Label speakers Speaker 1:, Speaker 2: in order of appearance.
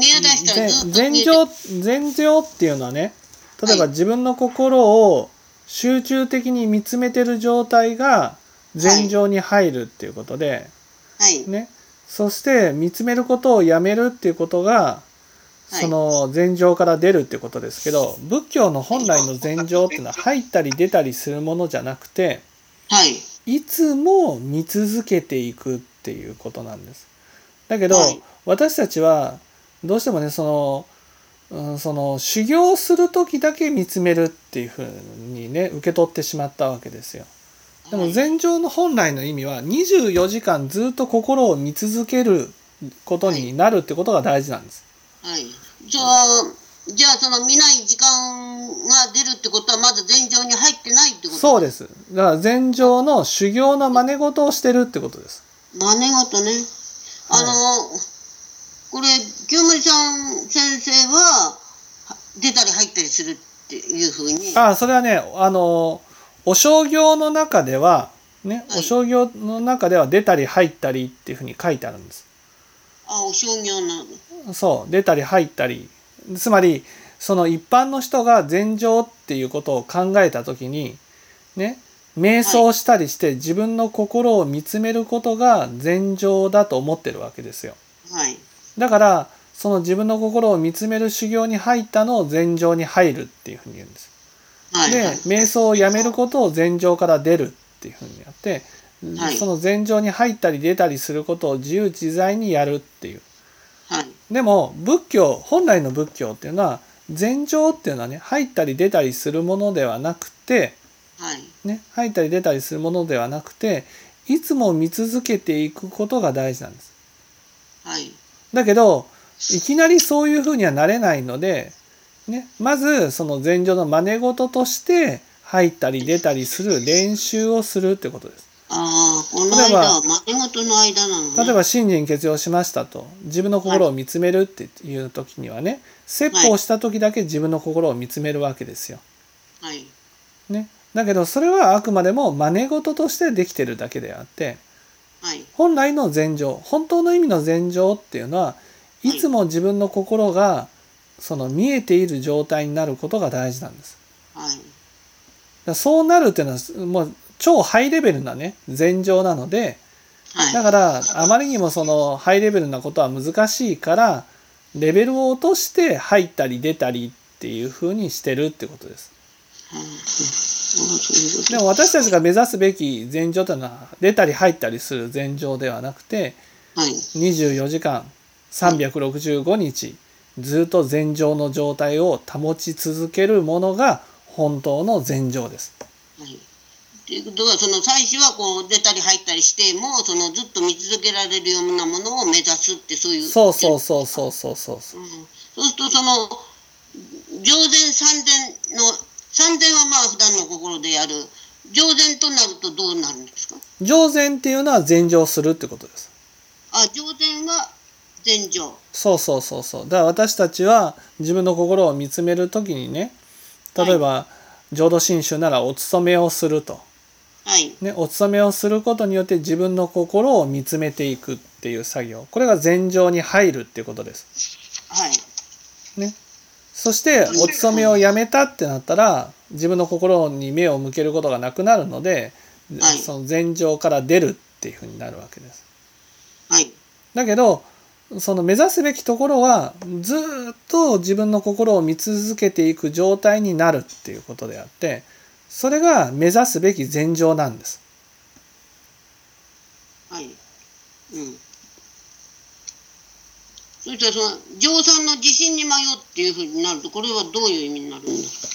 Speaker 1: 人はずっと
Speaker 2: 禅
Speaker 1: 見えて
Speaker 2: 情禅情っていうのはね例えば
Speaker 1: はい
Speaker 2: 自分の心を集中的に見つめてる状態が禅情に入るっていうことで、
Speaker 1: はい。
Speaker 2: ね、そして見つめることをやめるっていうことが
Speaker 1: はい
Speaker 2: その禅情から出るっていうことですけど仏教の本来の禅情っていうのは入ったり出たりするものじゃなくて
Speaker 1: はい。
Speaker 2: いつも見続けていくっていうことなんです。だけど、
Speaker 1: はい
Speaker 2: 私たちはどうしてもねその,、うん、その修行する時だけ見つめるっていうふうにね受け取ってしまったわけですよ。でも禅情の本来の意味は24時間ずっと心を見続けることになるってことが大事なんです。
Speaker 1: はい。じゃあ、じゃあその見ない時間が出るってことはまだ全情に入ってないってこと
Speaker 2: そうです。だから禅情の修行の真似事をしてるってことです。
Speaker 1: 真似事ね。あの、これ、清盛さん先生は、は出たり入ったりするっていうふうに。
Speaker 2: あそれはねあのお商業の中ではね、
Speaker 1: はい
Speaker 2: お商業の中では出たり入ったりっていうふうに書いてあるんです
Speaker 1: あ、お商業の。
Speaker 2: そう出たり入ったりつまりその一般の人が禅情っていうことを考えた時にね瞑想したりして自分の心を見つめることが禅情だと思ってるわけですよ
Speaker 1: はい。
Speaker 2: だからその自分の心を見つめる修行に入ったのを禅情に入るっていうふうに言うんです
Speaker 1: はい。
Speaker 2: で
Speaker 1: はい
Speaker 2: 瞑想をやめることを禅情から出るっていうふうにやって、
Speaker 1: はい
Speaker 2: その禅情に入ったり出たりすることを自由自在にやるっていう
Speaker 1: はい。
Speaker 2: でも仏教本来の仏教っていうのは禅情っていうのはね入ったり出たりするものではなくて、
Speaker 1: はい。
Speaker 2: ね、入ったり出たりするものではなくていつも見続けていくことが大事なんです。
Speaker 1: はい。
Speaker 2: だけどいきなりそういうふうにはなれないので、ね、まずその禅情の真似事として入ったり出たりする練習をするってことです。
Speaker 1: ああ、この
Speaker 2: 例
Speaker 1: 間
Speaker 2: えば
Speaker 1: は真似事の間なのね。
Speaker 2: 例えば信心欠用しましたと自分の心を見つめるっていう時にはね説法した時だけ自分の心を見つめるわけですよ。
Speaker 1: はい。
Speaker 2: ね、だけどそれはあくまでも真似事としてできてるだけであって
Speaker 1: はい。
Speaker 2: 本来の禅情本当の意味の禅情っていうのはいつも自分の心がその見えている状態になることが大事なんです。
Speaker 1: はい。
Speaker 2: だからそうなるっていうのはもう超ハイレベルなね禅情なので
Speaker 1: はい。
Speaker 2: だからあまりにもそのハイレベルなことは難しいからレベルを落として入ったり出たりっていう風にしてるってことです。
Speaker 1: はいうんあそういうこと
Speaker 2: でも私たちが目指すべき禅情というのは出たり入ったりする禅情ではなくて
Speaker 1: はい。
Speaker 2: 24時間365日ずっと禅情の状態を保ち続けるものが本当の禅情です。
Speaker 1: はい。ということは、その最初はこう出たり入ったりしても、そのずっと見続けられるようなものを目指すって、そういう。
Speaker 2: そうそうそうそうそうそうそう
Speaker 1: うん。そうすると、その、上善三善の、三善はまあ普段の心でやる。上善となるとどうなるんですか
Speaker 2: 上禅っていうのは禅情するってことです。
Speaker 1: あ、上善は善上。
Speaker 2: そうそうそうそうだから私たちは自分の心を見つめる時にね例えば、浄土真宗ならお勤めをすると、
Speaker 1: はい。
Speaker 2: ね、お勤めをすることによって自分の心を見つめていくっていう作業これが禅情に入るっていうことです。
Speaker 1: はい。
Speaker 2: ね、そしてお勤めをやめたってなったら自分の心に目を向けることがなくなるので、
Speaker 1: はい
Speaker 2: その禅情から出るっていうふうになるわけです。
Speaker 1: はい。
Speaker 2: だけどその目指すべきところはずーっと自分の心を見続けていく状態になるっていうことであってそれが目指すべき禅情なんです。
Speaker 1: はい。うん。そしたらその、乗算の地震に迷うっていうふうになると、これはどういう意味になるんですか